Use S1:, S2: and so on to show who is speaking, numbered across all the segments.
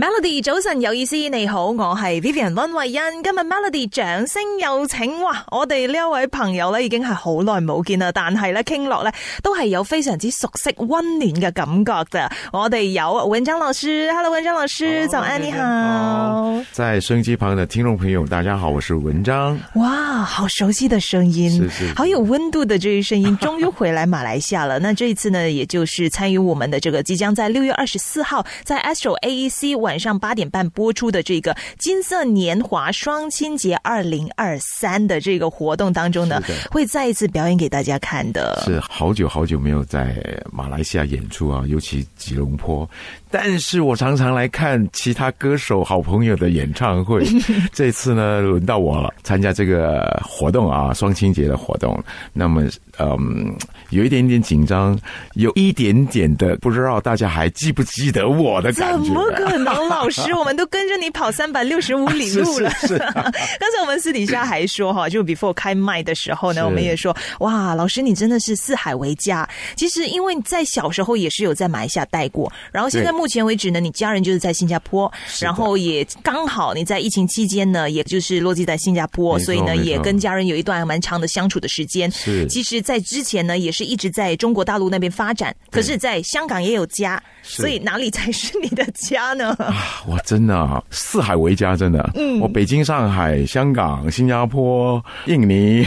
S1: Melody 早晨有意思，你好，我係 Vivian 温慧欣。今日 Melody 掌聲有請，哇！我哋呢一位朋友咧已經係好耐冇見啦，但係咧傾落咧都係有非常之熟悉溫暖嘅感覺嘅。我哋有文章老師，Hello 文章老師，
S2: Hello，
S1: 早安，你
S2: 大
S1: 好
S2: 家。好在收音机旁的听众朋友，大家好，我是文章。
S1: 哇，好熟悉的声音，
S2: 是是是
S1: 嗯好有温度的这一声音，终于回来马来西亚了。那这一次呢，也就是参与我们的这个即将在六月二十四号在 Astro AEC 晚上八点半播出的这个金色年华双亲节二零二三的这个活动当中呢
S2: 是的，
S1: 会再一次表演给大家看的。
S2: 是好久好久没有在马来西亚演出啊，尤其吉隆坡。但是我常常来看其他歌手好朋友的演唱会。这次呢，轮到我了，参加这个活动啊，双亲节的活动。那么，嗯，有一点点紧张，有一点点的不知道大家还记不记得我的感
S1: 怎
S2: 觉。啊
S1: 么可能，老师？我们都跟着你跑三百六十五里
S2: 是
S1: 路
S2: 是
S1: 了。
S2: 是，啊
S1: 刚才我们私底下还说哈，就 before 开麦的时候呢，
S2: 是
S1: 我们也说哇，老师你真的是四海为家。其实因为在小时候也是有在马来西亚待过，然后现在
S2: 对
S1: 目前为止呢，你家人就是在新加坡，
S2: 是的
S1: 然后也刚好你在疫情期间呢，也就是落地在新加坡，
S2: 没错
S1: 所以呢
S2: 没错
S1: 也跟家人有一段蛮长的相处的时间。
S2: 是
S1: 其实，在之前呢也是一直在中国大陆那边发展，可
S2: 对
S1: 是，在香港也有家，
S2: 是
S1: 所以哪里才是你的家 呢？嗯
S2: 我真的啊，四海为家，真的。嗯，我北京、上海、香港、新加坡、印尼，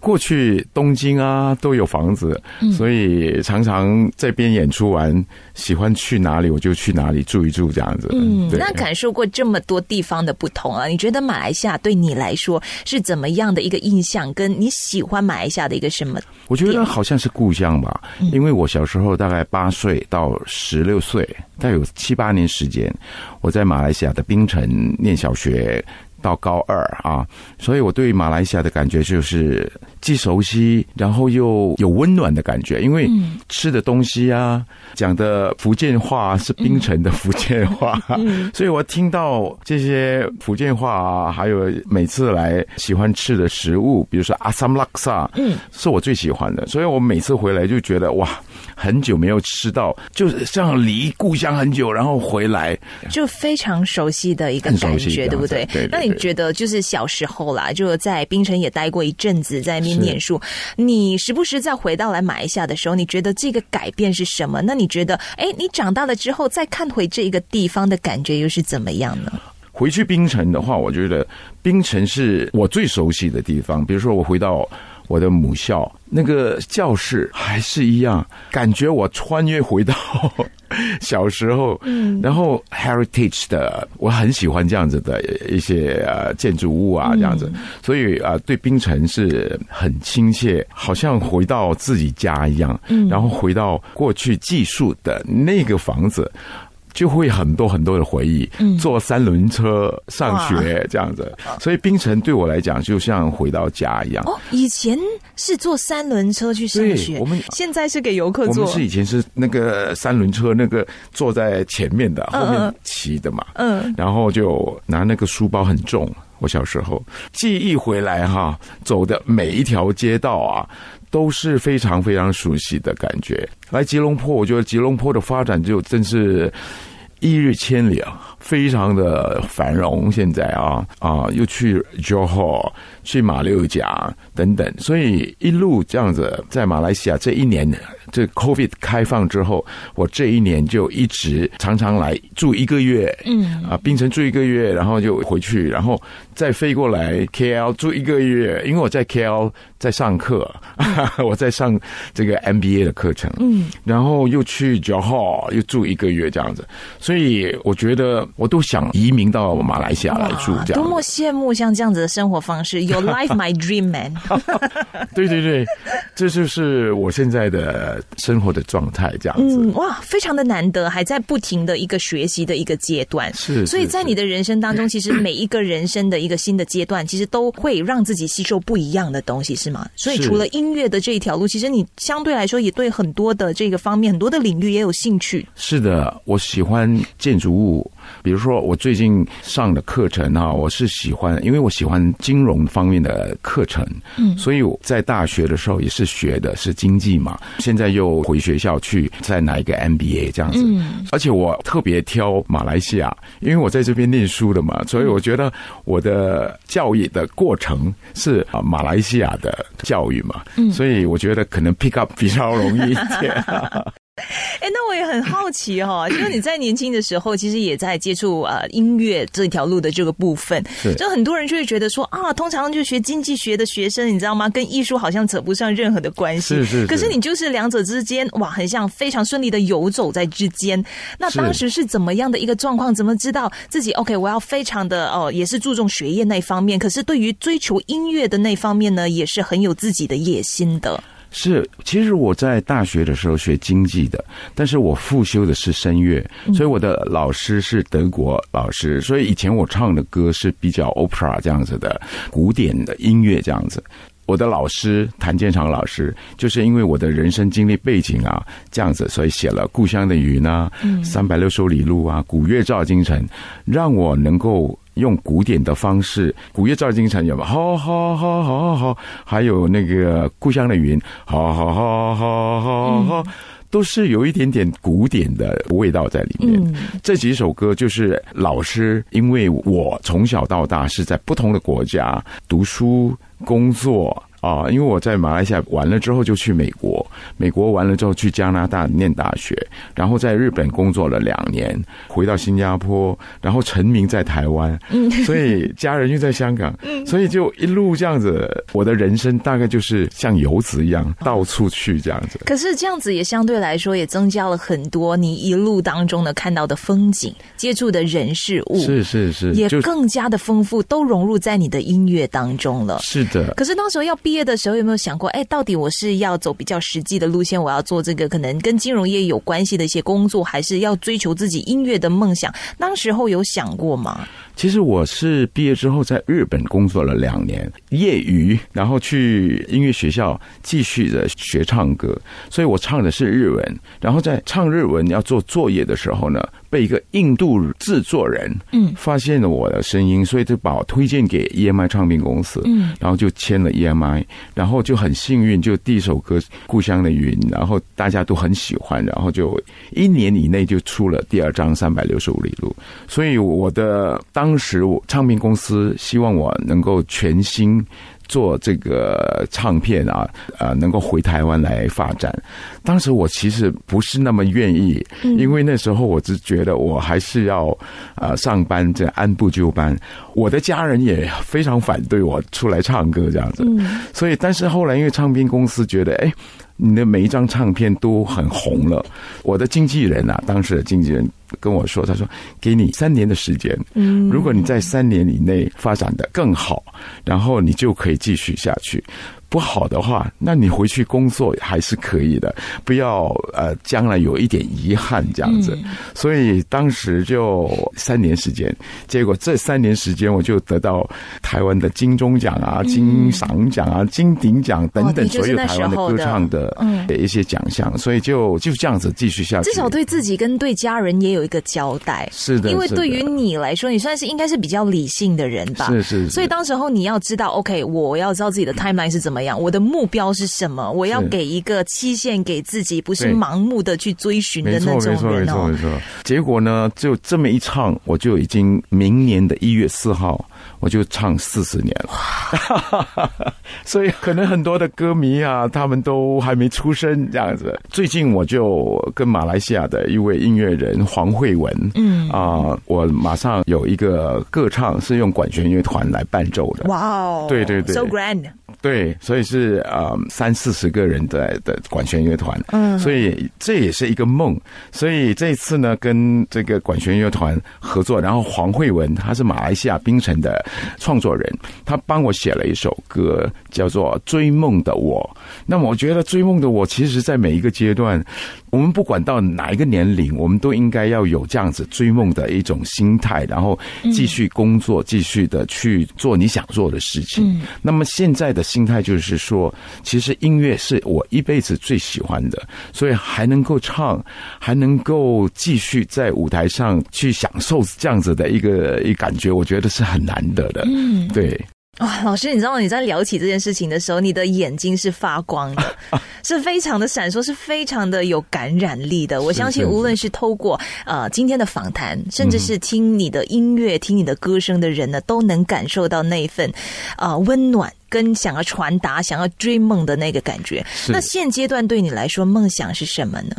S2: 过去东京啊都有房子，所以常常这边演出完，喜欢去哪里我就去哪里住一住这样子。嗯
S1: 那感受过这么多地方的不同啊，你觉得马来西亚对你来说是怎么样的一个印象？跟你喜欢马来西亚的一个什么？
S2: 我觉得好像是故乡吧，因为我小时候大概八岁到十六岁，大概有七八年时间，我在马来西亚的槟城念小学到高二啊，所以我对马来西亚的感觉就是既熟悉，然后又有温暖的感觉，因为吃的东西啊，讲的福建话是槟城的福建话， 所以我听到这些福建话啊，还有每次来喜欢吃的食物，比如说阿萨姆拉克萨，嗯，是我最喜欢的，所以我每次回来就觉得哇，很久没有吃到，就是像离故乡很久，然后回来，
S1: 就非常熟悉的一个感
S2: 很熟悉
S1: 觉，
S2: 的
S1: 对不对？
S2: 对对对
S1: 那你觉得就是小时候啦，就在槟城也待过一阵子，在那边
S2: 是
S1: 念书，你时不时再回到来马来西亚的时候，你觉得这个改变是什么？那你觉得，哎，你长大了之后再看回这一个地方的感觉又是怎么样呢？
S2: 回去槟城的话，我觉得槟城是我最熟悉的地方。比如说，我回到我的母校，那个教室还是一样，感觉我穿越回到 小时候。嗯，然后 heritage 的，我很喜欢这样子的一些呃建筑物啊，这样子，所以啊、呃对槟城是很亲切，好像回到自己家一样。嗯，然后回到过去寄宿的那个房子。就会很多很多的回忆，坐三轮车上学这样子，所以槟城对我来讲就像回到家一样。
S1: 哦，以前是坐三轮车去上
S2: 对
S1: 学，
S2: 我们
S1: 现在是给游客
S2: 我
S1: 坐。
S2: 们是以前是那个三轮车，那个坐在前面的，后面骑的嘛，
S1: 嗯，
S2: 然后就拿那个书包很重。我小时候记忆回来哈，走的每一条街道啊，都是非常非常熟悉的感觉。来吉隆坡，我觉得吉隆坡的发展就真是一日千里啊，非常的繁荣。现在啊啊，又去 Johor、去马六甲等等，所以一路这样子，在马来西亚这一年，这 COVID 开放之后，我这一年就一直常常来住一个月，嗯啊，槟城住一个月，然后就回去，然后再飞过来 KL 住一个月，因为我在 KL 在上课， 我在上这个 MBA 的课程，嗯，然后又去 Johor 又住一个月这样子，所以我觉得我都想移民到马来西亚来住
S1: 哇，
S2: 这
S1: 多
S2: 样
S1: 么
S2: 子，
S1: 羡慕像这样子的生活方式，Your life, my dream, man。
S2: 对对对，这就是我现在的生活的状态这样子。
S1: 嗯，哇，非常的难得，还在不停的一个学习的一个阶段。
S2: 是
S1: 所以
S2: 是
S1: 在
S2: 是
S1: 你的人生当中， 其实每一个人生的一个新的阶段，其实都会让自己吸收不一样的东西，是吗？所以
S2: 是
S1: 除了音乐的这一条路，其实你相对来说也对很多的这个方面、很多的领域也有兴趣。
S2: 是的，我喜欢建筑物，比如说我最近上的课程哈、我是喜欢，因为我喜欢金融方面的课程，嗯，所以我在大学的时候也是学的是经济嘛，现在又回学校去再拿一个 MBA 这样子，
S1: 嗯
S2: 而且我特别挑马来西亚，因为我在这边念书的嘛，所以我觉得我的教育的过程是啊马来西亚的教育嘛，所以我觉得可能 pick up 比较容易一点。
S1: 哎，那我也很好奇哈、因为你在年轻的时候，其实也在接触呃音乐这条路的这个部分
S2: 是，
S1: 就很多人就会觉得说啊，通常就学经济学的学生，你知道吗？跟艺术好像扯不上任何的关系。
S2: 是是是
S1: 可是你就是两者之间，哇，很像非常顺利的游走在之间。那
S2: 是
S1: 当时是怎么样的一个状况？怎么知道自己 OK？我要非常的哦、也是注重学业那一方面，可是对于追求音乐的那方面呢，也是很有自己的野心的。
S2: 是，其实我在大学的时候学经济的，但是我复修的是声乐，所以我的老师是德国老师，所以以前我唱的歌是比较 opera 这样子的古典的音乐这样子。我的老师谭健常老师，就是因为我的人生经历背景啊，这样子，所以写了《故乡的云》啊，《三百六十里路》啊，《古月照京城》，让我能够用古典的方式，古乐照京城有吗？好好好好好，还有那个故乡的云，好好好好好好，都是有一点点古典的味道在里面。
S1: 嗯
S2: 这几首歌就是老师，因为我从小到大是在不同的国家读书、工作啊，因为我在马来西亚完了之后就去美国，美国完了之后去加拿大念大学，然后在日本工作了两年，回到新加坡，然后成名在台湾，
S1: 嗯
S2: 所以家人又在香港，所以就一路这样子，我的人生大概就是像游子一样到处去这样子。
S1: 可是这样子也相对来说也增加了很多你一路当中呢看到的风景、接触的人事物，
S2: 是是是，
S1: 哦也
S2: 就
S1: 更加的丰富，都融入在你的音乐当中了。
S2: 是的。
S1: 可是当时候要毕业的时候，有没有想过，哎，到底我是要走比较实际的路线，我要做这个可能跟金融业有关系的一些工作，还是要追求自己音乐的梦想？当时候有想过吗？
S2: 其实我是毕业之后在日本工作了两年，业余，然后去音乐学校继续的学唱歌，所以我唱的是日文。然后在唱日文要做作业的时候呢，被一个印度制作人
S1: 嗯
S2: 发现了我的声音，所以就把我推荐给 EMI 唱片公司。
S1: 嗯，
S2: 然后就签了 EMI，然后就很幸运，就第一首歌《故乡的云》，然后大家都很喜欢，然后就一年以内就出了第二张《三百六十五里路》。所以我的当时我唱片公司希望我能够全心做这个唱片啊，呃，能够回台湾来发展。当时我其实不是那么愿意，因为那时候我只觉得我还是要呃上班，这按部就班。我的家人也非常反对我出来唱歌这样子， 所以但是后来因为唱片公司觉得，哎，你的每一张唱片都很红了。我的经纪人啊，当时的经纪人跟我说，他说给你三年的时间，嗯，如果你在三年以内发展的更好，然后你就可以继续下去。不好的话，那你回去工作还是可以的，不要呃将来有一点遗憾这样
S1: 嗯
S2: 子。所以当时就三年时间，结果这三年时间我就得到台湾的金钟奖啊、金赏奖啊、金鼎奖等
S1: 嗯哦
S2: 等
S1: 你就
S2: 所
S1: 是
S2: 有
S1: 那
S2: 台湾
S1: 时
S2: 的
S1: 候
S2: 歌
S1: 的
S2: 唱的
S1: 嗯
S2: 一些奖项，所以就就这样子继续下去。
S1: 至少对自己跟对家人也有一个交代。
S2: 是的，
S1: 因为
S2: 是
S1: 对
S2: 的
S1: 于你来说，你算是应该是比较理性的人吧？
S2: 是是，
S1: 所以
S2: 是
S1: 当时候你要知道，OK，我要知道自己的 timeline 是怎么样，我的目标是什么，我要
S2: 嗯是
S1: 给一个期限给自己，不是
S2: 对
S1: 盲目的去追寻的
S2: 没
S1: 那
S2: 错没
S1: 种
S2: 错没
S1: 人
S2: 错
S1: 哦
S2: 没。错。结果呢，就这么一唱，我就已经明年的一月四号。我就唱四十年了， 所以可能很多的歌迷啊，他们都还没出生这样子。最近我就跟马来西亚的一位音乐人黄慧文，
S1: 嗯，
S2: 啊、我马上有一个歌唱是用管弦乐团来伴奏的，
S1: 哇哦，
S2: 对对对
S1: ，so grand，
S2: 对，所以是呃三四十个人的的管弦乐团，
S1: 嗯
S2: 所以这也是一个梦。所以这一次呢，跟这个管弦乐团合作，然后黄慧文他是马来西亚槟城的创作人，他帮我写了一首歌叫做《追梦的我》。那么我觉得《追梦的我》其实在每一个阶段，我们不管到哪一个年龄，我们都应该要有这样子追梦的一种心态，然后继续工作，继续的去做你想做的事情。那么现在的心态就是说，其实音乐是我一辈子最喜欢的，所以还能够唱，还能够继续在舞台上去享受这样子的一个一感觉，我觉得是很难得的。嗯，对。
S1: 哇，老师，你知道你在聊起这件事情的时候，你的眼睛是发光 的，是非常的闪烁，是非常的有感染力的。我相信，
S2: 是嗯是
S1: 无论是透过呃今天的访谈，甚至是听你的音乐、听你的歌声的人呢，都能感受到那一份呃温暖。跟想要传达、想要追梦的那个感觉，那现阶段对你来说，梦想是什么 呢？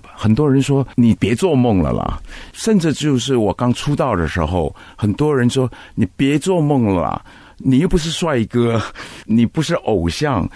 S2: 很多人说你别做梦了啦，甚至就是我刚出道的时候，很多人说你别做梦了啦，你又不是帅哥， 你不是偶像，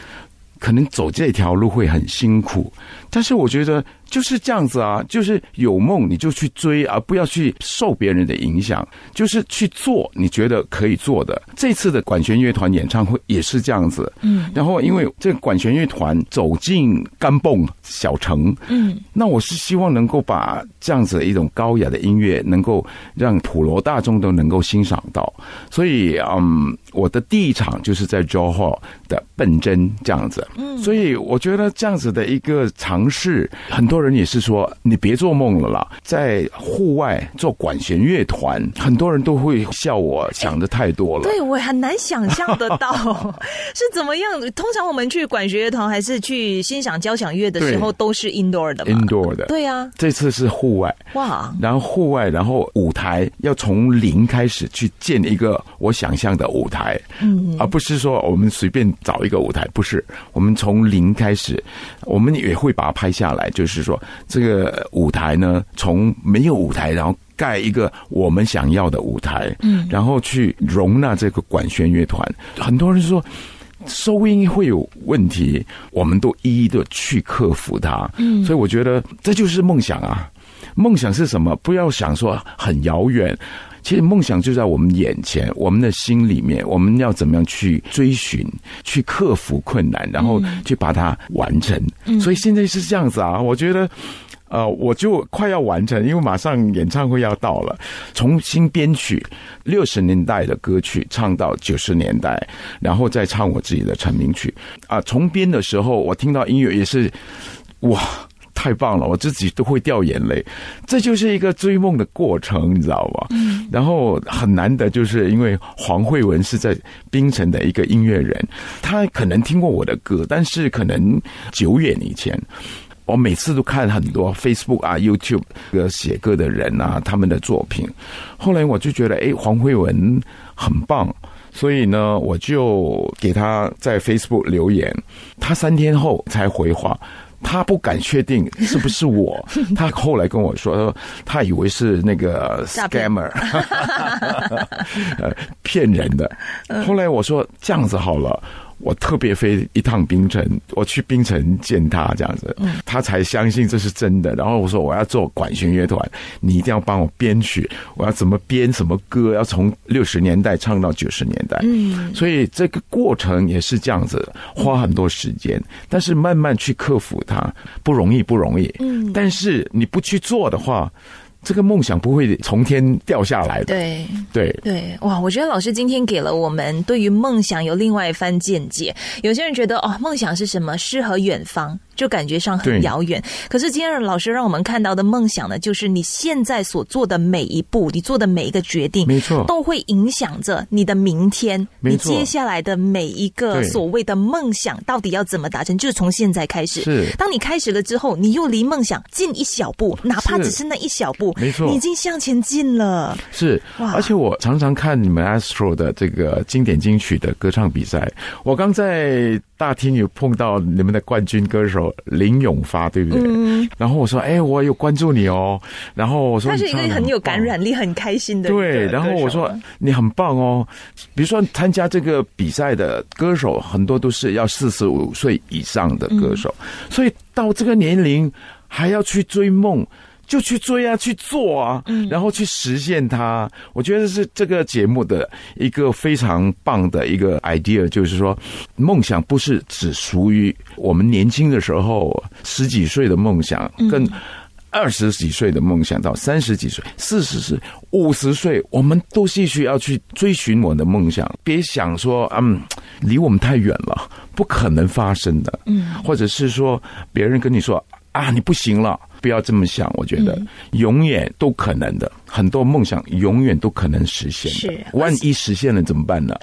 S2: 可能走这条路会很辛苦。但是我觉得就是这样子啊，就是有梦你就去追，而不要去受别人的影响，就是去做你觉得可以做的。这次的管弦乐团演唱会也是这样子，嗯，然后因为这个管弦乐团走进甘蹦小城，嗯，那我是希望能够把这样子的一种高雅的音乐，能够让普罗大众都能够欣赏到。所以，嗯，我的第一场就是在 Joe Hall 的笨针这样子，嗯，所以我觉得这样子的一个尝试，很多人也是说你别做梦了啦，在户外做管弦乐团，很多人都会笑我想的太多了。
S1: 对我很难想象得到 是怎么样。通常我们去管弦乐团还是去欣赏交响乐的时候，
S2: 对
S1: 都是 indoor 的嘛。
S2: indoor 的，
S1: 对啊，
S2: 这次是户外，
S1: 哇，
S2: 然后户外，然后舞台要从零开始去建一个我想象的舞台，嗯，而不是说我们随便找一个舞台，不是，我们从零开始，我们也会把它拍下来，就是说这个舞台呢，从没有舞台，然后。盖一个我们想要的舞台，嗯，然后去容纳这个管弦乐团。很多人说，收音会有问题，我们都一一的去克服它。嗯，所以我觉得这就是梦想啊！梦想是什么？不要想说很遥远，其实梦想就在我们眼前，我们的心里面。我们要怎么样去追寻、去克服困难，然后去把它完成？所以现在是这样子啊，我觉得。呃，我就快要完成，因为马上演唱会要到了。重新编曲六十年代的歌曲，唱到九十年代，然后再唱我自己的成名曲。啊、重编的时候，我听到音乐也是，哇，太棒了，我自己都会掉眼泪。这就是一个追梦的过程，你知道吗？嗯。然后很难得，就是因为黄慧文是在槟城的一个音乐人，他可能听过我的歌，但是可能久远以前。我每次都看很多 Facebook 啊、YouTube 呃写歌的人啊，他们的作品。后来我就觉得，哎，黄慧文很棒，所以呢，我就给他在 Facebook 留言。他三天后才回话，他不敢确定是不 是我。他后来跟我说，他说他以为是那个
S1: 诈骗
S2: scammer，呃，骗人的。后来我说这样子好了。我特别飞一趟槟城，我去槟城见他这样子，他才相信这是真的。然后我说我要做管弦乐团，你一定要帮我编曲，我要怎么编什么歌，要从六十年代唱到九十年代。嗯，所以这个过程也是这样子，花很多时间，但是慢慢去克服它，不容易，不容易。嗯，但是你不去做的话，这个梦想不会从天掉下来的。
S1: 对。
S2: 对，
S1: 对，哇！我觉得老师今天给了我们对于梦想有另外一番见解。有些人觉得哦，梦想是什么？诗和远方，就感觉上很
S2: 对
S1: 遥远。可是今天老师让我们看到的梦想呢，就是你现在所做的每一步，你做的每一个决定，
S2: 没错
S1: 都会影响着你的明天，
S2: 嗯没
S1: 你
S2: 错
S1: 接下来的每一个
S2: 对
S1: 所谓的梦想到底要怎么达成，就是从现在开始。
S2: 是
S1: 当你开始了之后，你又离梦想近一小步，哪怕
S2: 是
S1: 只是那一小步，
S2: 没错
S1: 你已经向前进了。
S2: 是，
S1: 哇
S2: 而且我常常看你们 Astro 的这个经典金曲的歌唱比赛。我刚在大厅有碰到你们的冠军歌手林永发，对不对？
S1: 嗯
S2: 然后我说，哎，我有关注你哦。然后我说，
S1: 他是一
S2: 你
S1: 个
S2: 唱得
S1: 很有
S2: 棒
S1: 感。染力、很开心的一个
S2: 对，然后
S1: 歌手啊
S2: 我说你很棒哦。比如说参加这个比赛的歌手，很多都是要四十五岁以上的歌手，
S1: 嗯
S2: 所以到这个年龄还要去追梦。就去追啊，去做啊，
S1: 嗯
S2: 然后去实现它。我觉得是这个节目的一个非常棒的一个 idea，就是说，梦想不
S1: 嗯
S2: 是只属于我们年轻的时候十几岁的梦想，跟二十几岁的梦想到三十几岁、四十岁、五十岁，我们都继续要去追寻我的梦想。别想说，嗯，离我们太远了，不可能发生的。嗯，或者是说别人跟你说啊，你不行了。不要这么想，我觉得、永远都可能的，很多梦想永远都可能实现的
S1: 是。
S2: 万一实现了怎么办呢？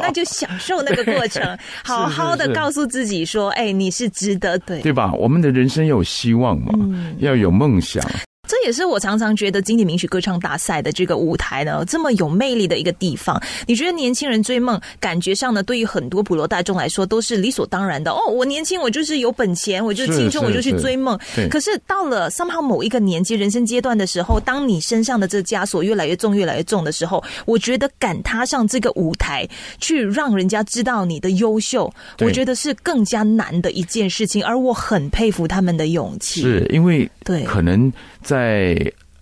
S1: 那就享受那个过 程，好好的
S2: 啊是
S1: 告诉自己说，哎，你是值得对。
S2: 对吧？我们的人生要有希望嘛，要有梦想。
S1: 这也是我常常觉得经典名曲歌唱大赛的这个舞台呢，这么有魅力的一个地方。你觉得年轻人追梦，感觉上呢，对于很多普罗大众来说都是理所当然的。哦，我年轻，我就是有本钱，我就是青春，我
S2: 是
S1: 就去
S2: 是
S1: 追梦。
S2: 对
S1: 可是到了 somehow 某一个年纪、人生阶段的时候，当你身上的这枷锁越来越重、越来越重的时候，我觉得敢踏上这个舞台，去让人家知道你的优秀，
S2: 对
S1: 我觉得是更加难的一件事情。而我很佩服他们的勇气。
S2: 是因为
S1: 对
S2: 可能在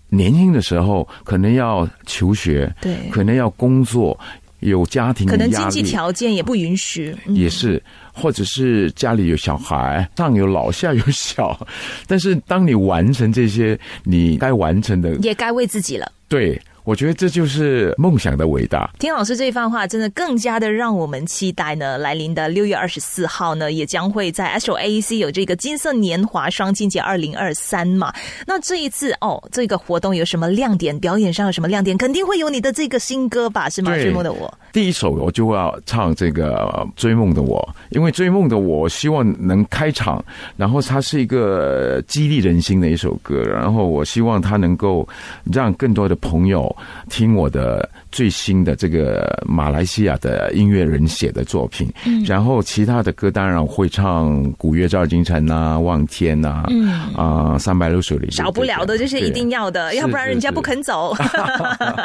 S2: 年轻的时候，可能要求学，
S1: 对
S2: 可能要工作，有家庭
S1: 可
S2: 的
S1: 能经
S2: 嗯压
S1: 济
S2: 力，
S1: 条件也不允许。嗯
S2: 也是，或者是家里有小孩，上有老下有小。 但是当你完成这些你该完成的，
S1: 也该为自己了。
S2: 对我觉得这就是梦想的伟大。
S1: 听老师这一番话，真的更加的让我们期待呢。来临的六月二十四号呢，也将会在 Astro AEC E 有这个金色年华双庆节二零二三嘛。那这一次哦，这个活动有什么亮点？表演上有什么亮点？肯定会有你的这个新歌吧？是吗？
S2: 对
S1: 追梦的我，
S2: 第一首我就要唱这个呃《追梦的我》，因为《追梦的我》我希望能开场，然后它是一个呃激励人心的一首歌，然后我希望它能够让更多的朋友听我的最新的这个马来西亚的音乐人写的作品，
S1: 嗯
S2: 然后其他的歌当然我会唱古月照金城啊、望天啊、
S1: 嗯，
S2: 啊三百六十里，
S1: 少不了的就是一定
S2: 要。
S1: 要的，
S2: 是
S1: 要不然人家
S2: 是
S1: 不肯走。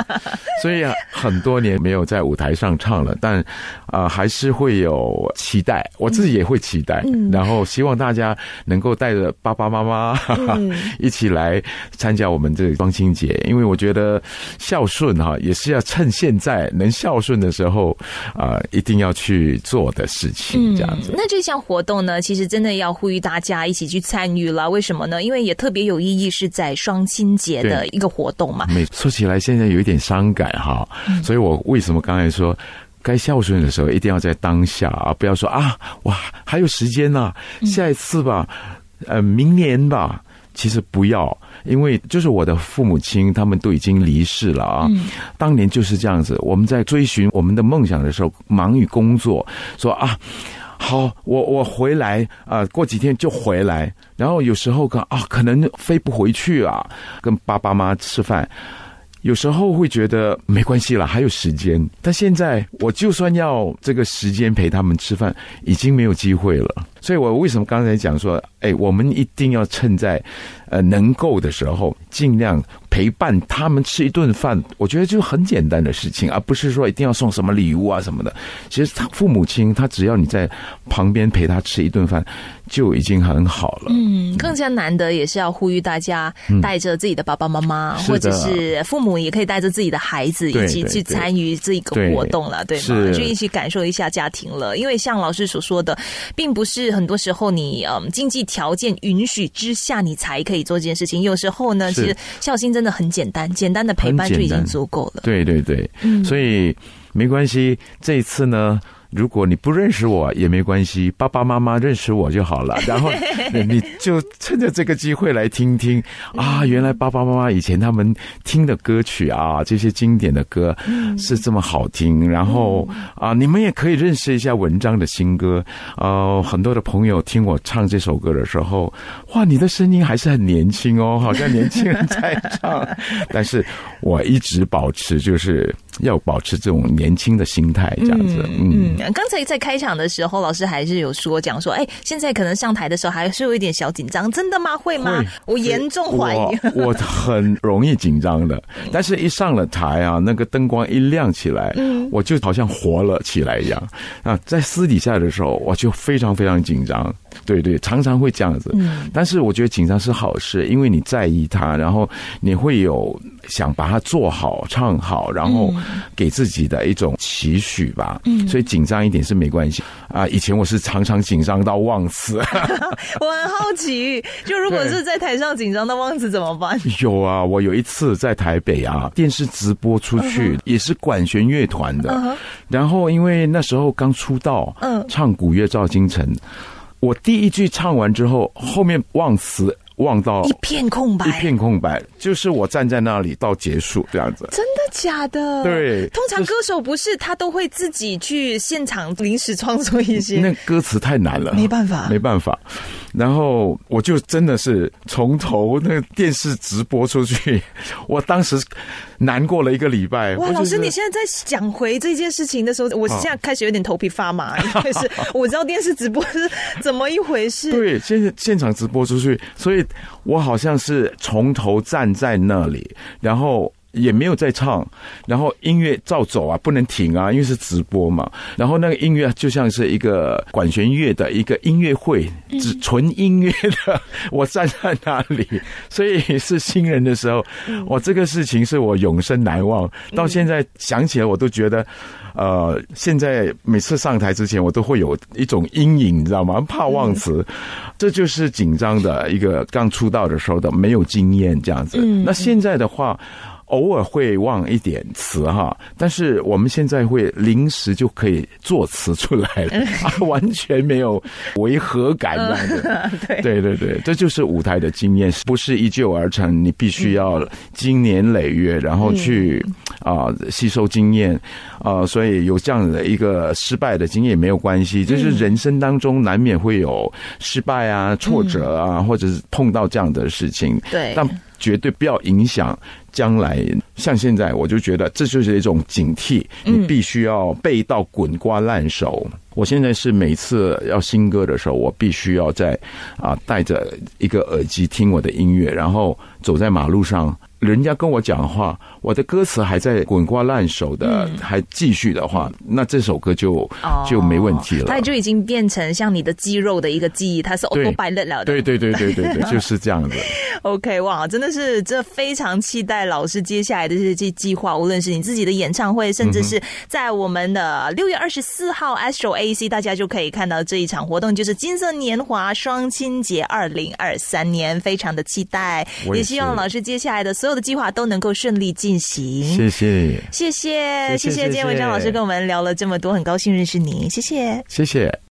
S2: 所以啊很多年没有在舞台上唱了，但啊、呃还是会有期待，我自己也会期待，
S1: 嗯
S2: 然后希望大家能够带着爸爸妈妈、哈哈
S1: 嗯，
S2: 一起来参加我们这个双亲节，因为我觉得孝顺哈、也是要趁现在能孝顺的时候啊、呃一定要去做的事情，这样子。
S1: 嗯。那这项活动呢，其实真的要呼吁大家一起去参与了。为什么呢？因为也特别有意义，是在双亲节的一个活动嘛。
S2: 每说起来，现在有一点伤感哈，所以我为什么刚才说？该孝顺的时候，一定要在当下啊，不要说啊，哇，还有时间呐、下一次吧，呃，明年吧。其实不要，因为就是我的父母亲，他们都已经离世了啊。当年就是这样子，我们在追寻我们的梦想的时候，忙于工作，说啊，好，我我回来啊、过几天就回来。然后有时候可啊，可能飞不回去啊，跟爸爸妈妈吃饭。有时候会觉得没关系啦，还有时间。但现在我就算要这个时间陪他们吃饭，已经没有机会了。所以我为什么刚才讲说，哎，我们一定要趁在呃能够的时候，尽量陪伴他们吃一顿饭。我觉得就很简单的事情，而不是说一定要送什么礼物啊什么的。其实他父母亲，他只要你在旁边陪他吃一顿饭，就已经很好了。
S1: 嗯，更加难得也是要呼吁大家带着自己的爸爸妈妈，
S2: 嗯是的
S1: 或者是父母，也可以带着自己的孩子
S2: 对
S1: 一起去参与这个活动了，对
S2: 对
S1: 吗？
S2: 是
S1: 就一起感受一下家庭了。因为像老师所说的，并不是很多时候你嗯经济条件允许之下你才可以做这件事情。有时候呢，其
S2: 是
S1: 实孝心真的很简单，简单的陪伴
S2: 很简
S1: 就已经
S2: 单
S1: 足够了。
S2: 对对对，所以没关系。这一次呢，如果你不认识我也没关系，爸爸妈妈认识我就好了。然后你就趁着这个机会来听听啊，原来爸爸妈妈以前他们听的歌曲啊，这些经典的歌是这么好听。然后啊，你们也可以认识一下文章的新歌。呃，很多的朋友听我唱这首歌的时候，哇，你的声音还是很年轻哦， 好像年轻人在唱。但是我一直保持就是要保持这种年轻的心态，这样子，嗯。
S1: 嗯，刚才在开场的时候，老师还是有说讲说，哎，现在可能上台的时候还是有一点小紧张，真的吗？会吗？
S2: 会
S1: 我严重怀疑。嗯
S2: 我我很容易紧张的，但是一上了台啊，那个灯光一亮起来，
S1: 嗯
S2: 我就好像活了起来一样。啊，在私底下的时候，我就非常非常紧张。对对，常常会这样子。
S1: 嗯，
S2: 但是我觉得紧张是好事，因为你在意它，然后你会有想把它做好、唱好，然后
S1: 嗯
S2: 给自己的一种期许吧。嗯，所以紧张一点是没关系啊。以前我是常常紧张到忘词，
S1: 我很好奇，就如果是在台上紧张到忘词怎么 办？
S2: 有啊，我有一次在台北
S1: 嗯
S2: 啊，电视直播出去，也是管弦乐团的。
S1: 嗯哼
S2: 然后因为那时候刚出道，
S1: 嗯
S2: 唱古乐赵金城，我第一句唱完之后，后面忘词忘到
S1: 一片空白
S2: 哦一，片空白，就是我站在那里到结束这样子。
S1: 真的假的？
S2: 对
S1: 通常歌手不是他都会自己去现场临时创作一些，
S2: 那歌词太难了，
S1: 没办法
S2: 没办法。然后我就真的是从头那个电视直播出去， 我当时难过了一个礼拜。
S1: 哇，
S2: 我就
S1: 老师，
S2: 是
S1: 你现在在讲回这件事情的时候，我现在开始有点头皮发麻，因 为是我知道电视直播是怎么一回事。
S2: 对，现现场直播出去，所以我好像是从头站在那里，然后也没有在唱，然后音乐照走啊，不能停啊，因为是直播嘛。然后那个音乐就像是一个管弦乐的一个音乐会，只纯音乐的，我站在那里，所以是新人的时候，我这个事情是我永生难忘，到现在想起来我都觉得。呃，现在每次上台之前，我都会有一种阴影，你知道吗？怕忘词，这就是紧张的一个刚出道的时候的没有经验这样子。那现在的话。偶尔会忘一点词哈，但是我们现在会临时就可以作词出来了，啊、完全没有违和感这样子。
S1: 啊对
S2: 对对对，这就是舞台的经验，不是一蹴而成，你必
S1: 嗯
S2: 须要经年累月，然后去啊、吸收经验啊、所以有这样的一个失败的经验也没有关系，就是
S1: 嗯
S2: 人生当中难免会有失败啊、挫折啊，或者是碰到这样的事情，
S1: 嗯对
S2: 但绝对不要影响将来。像现在，我就觉得这就是一种警惕，你必须要背到滚瓜烂熟。我现在是每次要新歌的时候，我必须要在啊戴着一个耳机听我的音乐，然后走在马路上。人家跟我讲话，我的歌词还在滚瓜烂熟的，还继续的话，那这首歌就就没问题了。
S1: 哦它就已经变成像你的肌肉的一个记忆，它是 auto
S2: 对
S1: pilot 了的。
S2: 对对对对对对，就是这样子。
S1: OK，哇，真的是这非常期待老师接下来的这些计划，无论是你自己的演唱会，甚
S2: 嗯
S1: 至是在我们的六月二十四号 Astro AC，大家就可以看到这一场活动，就是金色年华双亲节二零二三年，非常的期待，
S2: 我也
S1: 希望
S2: 是
S1: 老师接下来的所有的计划都能够顺利进行。
S2: 谢谢，
S1: 谢谢，
S2: 谢谢
S1: 谢谢
S2: 谢谢
S1: 今天文章老师跟我们聊了这么多，很高兴认识你，谢谢。
S2: 谢谢。